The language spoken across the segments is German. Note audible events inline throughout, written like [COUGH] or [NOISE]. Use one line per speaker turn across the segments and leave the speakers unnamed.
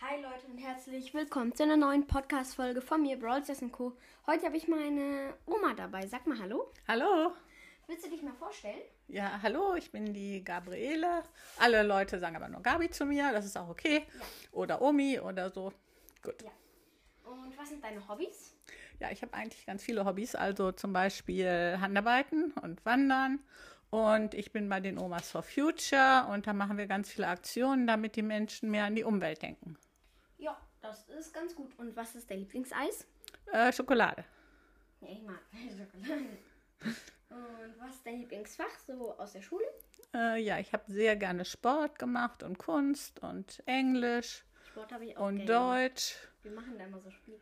Hi Leute und herzlich willkommen zu einer neuen Podcast-Folge von mir, Brawl Stars Co. Heute habe ich meine Oma dabei. Sag mal Hallo.
Hallo.
Willst du dich mal vorstellen?
Ja, hallo, ich bin die Gabriele. Alle Leute sagen aber nur Gabi zu mir, das ist auch okay. Oder Omi oder so. Gut.
Ja. Und was sind deine Hobbys?
Ja, ich habe eigentlich ganz viele Hobbys, also zum Beispiel Handarbeiten und Wandern. Und ich bin bei den Omas for Future und da machen wir ganz viele Aktionen, damit die Menschen mehr an die Umwelt denken.
Ja, das ist ganz gut. Und was ist dein Lieblingseis?
Äh, Schokolade.
Ja, ich mag [LAUGHS] Schokolade. Und was ist dein Lieblingsfach so aus der Schule?
Äh, ja, ich habe sehr gerne Sport gemacht und Kunst und Englisch
Sport habe ich auch
und
gerne.
Deutsch.
Wir machen da immer so Spiele.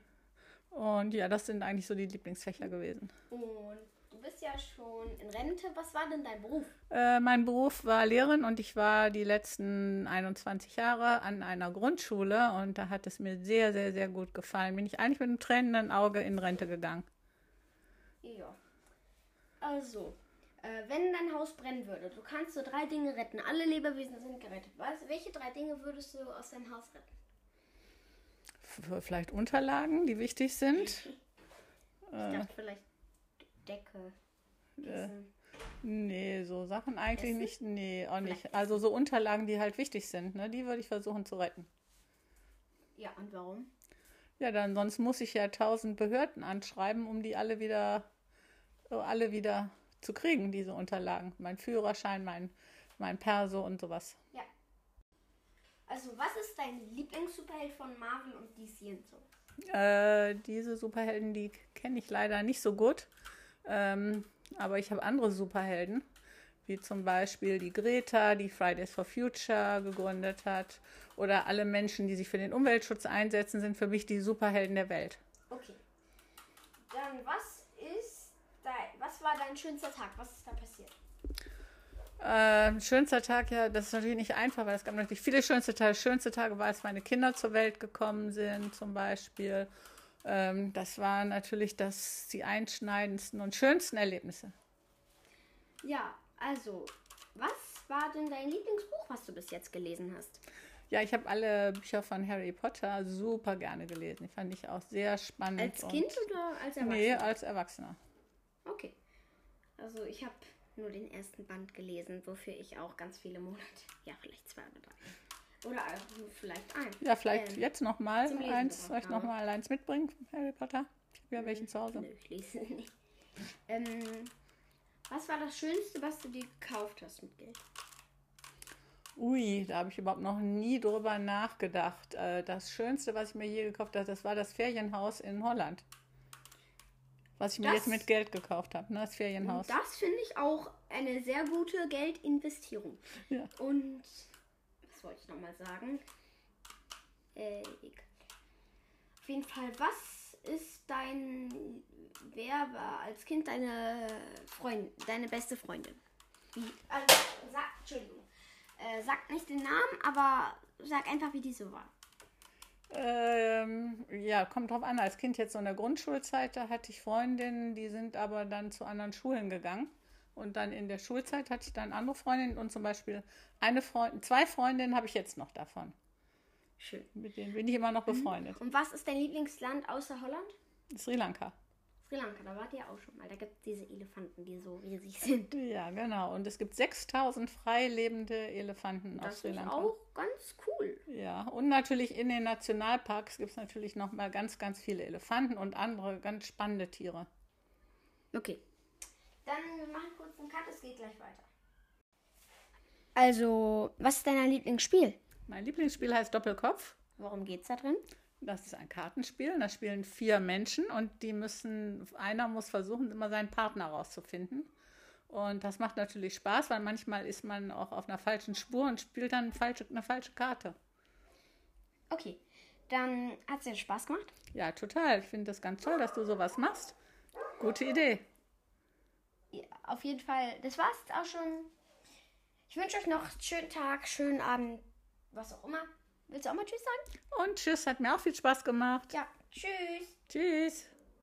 Und ja, das sind eigentlich so die Lieblingsfächer gewesen.
Und du bist ja schon in Rente. Was war denn dein Beruf?
Äh, mein Beruf war Lehrerin und ich war die letzten 21 Jahre an einer Grundschule und da hat es mir sehr, sehr, sehr gut gefallen. Bin ich eigentlich mit einem tränenden Auge in Rente gegangen.
Ja. Also, äh, wenn dein Haus brennen würde, du kannst so drei Dinge retten. Alle Lebewesen sind gerettet. Was, welche drei Dinge würdest du aus deinem Haus retten?
F vielleicht Unterlagen, die wichtig sind.
Ich dachte vielleicht Decke. Kissen.
Nee, so Sachen eigentlich
Essen?
nicht. Nee, auch nicht.
Vielleicht
Also so Unterlagen, die halt wichtig sind, ne? die würde ich versuchen zu retten.
Ja, und warum?
Ja, dann sonst muss ich ja tausend Behörden anschreiben, um die alle wieder, äh, alle wieder zu kriegen, diese Unterlagen. Mein Führerschein, mein, mein Perso und sowas.
Ja. Also, was ist dein Lieblingssuperheld von Marvel und DC und so?
Äh, diese Superhelden, die kenne ich leider nicht so gut. Ähm, aber ich habe andere Superhelden, wie zum Beispiel die Greta, die Fridays for Future gegründet hat. Oder alle Menschen, die sich für den Umweltschutz einsetzen, sind für mich die Superhelden der Welt.
Okay. Dann, was ist dein, was war dein schönster Tag? Was ist da passiert?
Äh, schönster Tag, ja, das ist natürlich nicht einfach, weil es gab natürlich viele schönste Tage. Schönste Tage war, als meine Kinder zur Welt gekommen sind, zum Beispiel. Ähm, das waren natürlich das, die einschneidendsten und schönsten Erlebnisse.
Ja, also, was war denn dein Lieblingsbuch, was du bis jetzt gelesen hast?
Ja, ich habe alle Bücher von Harry Potter super gerne gelesen. Die fand ich auch sehr spannend.
Als
und-
Kind oder als Erwachsener?
Nee, als Erwachsener.
Okay. Also ich habe nur den ersten Band gelesen, wofür ich auch ganz viele Monate, ja vielleicht zwei oder drei. Oder also vielleicht ein.
Ja, vielleicht
Ähm,
jetzt nochmal
zum Lesen
eins.
gebracht
Soll ich
habe.
nochmal eins mitbringen von Harry Potter? Ich habe ja welchen zu Hause.
Nö, ich lese nicht. Ähm, was war das Schönste, was du dir gekauft hast mit Geld?
Ui, da habe ich überhaupt noch nie drüber nachgedacht. Äh, Das Schönste, was ich mir je gekauft habe, das war das Ferienhaus in Holland. Was ich mir
Das-
jetzt mit Geld gekauft habe, ne? Das Ferienhaus.
Und das finde ich auch eine sehr gute Geldinvestierung.
Ja.
Und was wollte ich nochmal sagen? Äh, egal. Auf jeden Fall, was ist dein, wer war als Kind deine Freundin, deine beste Freundin? Wie, also, sag, Entschuldigung, äh, sag nicht den Namen, aber sag einfach, wie die so war.
Ähm, ja, kommt drauf an. Als Kind jetzt so in der Grundschulzeit, da hatte ich Freundinnen, die sind aber dann zu anderen Schulen gegangen. Und dann in der Schulzeit hatte ich dann andere Freundinnen und zum Beispiel eine Freundin, zwei Freundinnen habe ich jetzt noch davon.
Schön.
Mit denen bin ich immer noch befreundet.
Und was ist dein Lieblingsland außer Holland?
Sri Lanka.
Sri Lanka, da wart ihr auch schon mal. Da gibt es diese Elefanten, die so riesig sind.
Ja, genau. Und es gibt 6000 frei lebende Elefanten auf
Das
Sri
ist
Lanka.
auch ganz cool.
Ja, und natürlich in den Nationalparks gibt es natürlich nochmal ganz, ganz viele Elefanten und andere ganz spannende Tiere.
Okay. Dann wir machen kurz einen Cut, es geht gleich weiter. Also, was ist dein Lieblingsspiel?
Mein Lieblingsspiel heißt Doppelkopf.
Worum geht's da drin?
Das ist ein Kartenspiel. Da spielen vier Menschen und die müssen, einer muss versuchen, immer seinen Partner rauszufinden. Und das macht natürlich Spaß, weil manchmal ist man auch auf einer falschen Spur und spielt dann falsche, eine falsche Karte.
Okay. Dann hat's dir Spaß gemacht?
Ja, total. Ich finde das ganz toll, dass du sowas machst. Gute Idee.
Ja, auf jeden Fall. Das war's jetzt auch schon. Ich wünsche euch noch einen schönen Tag, schönen Abend, was auch immer. Willst du auch mal Tschüss sagen?
Und tschüss, hat mir auch viel Spaß gemacht.
Ja. Tschüss.
Tschüss.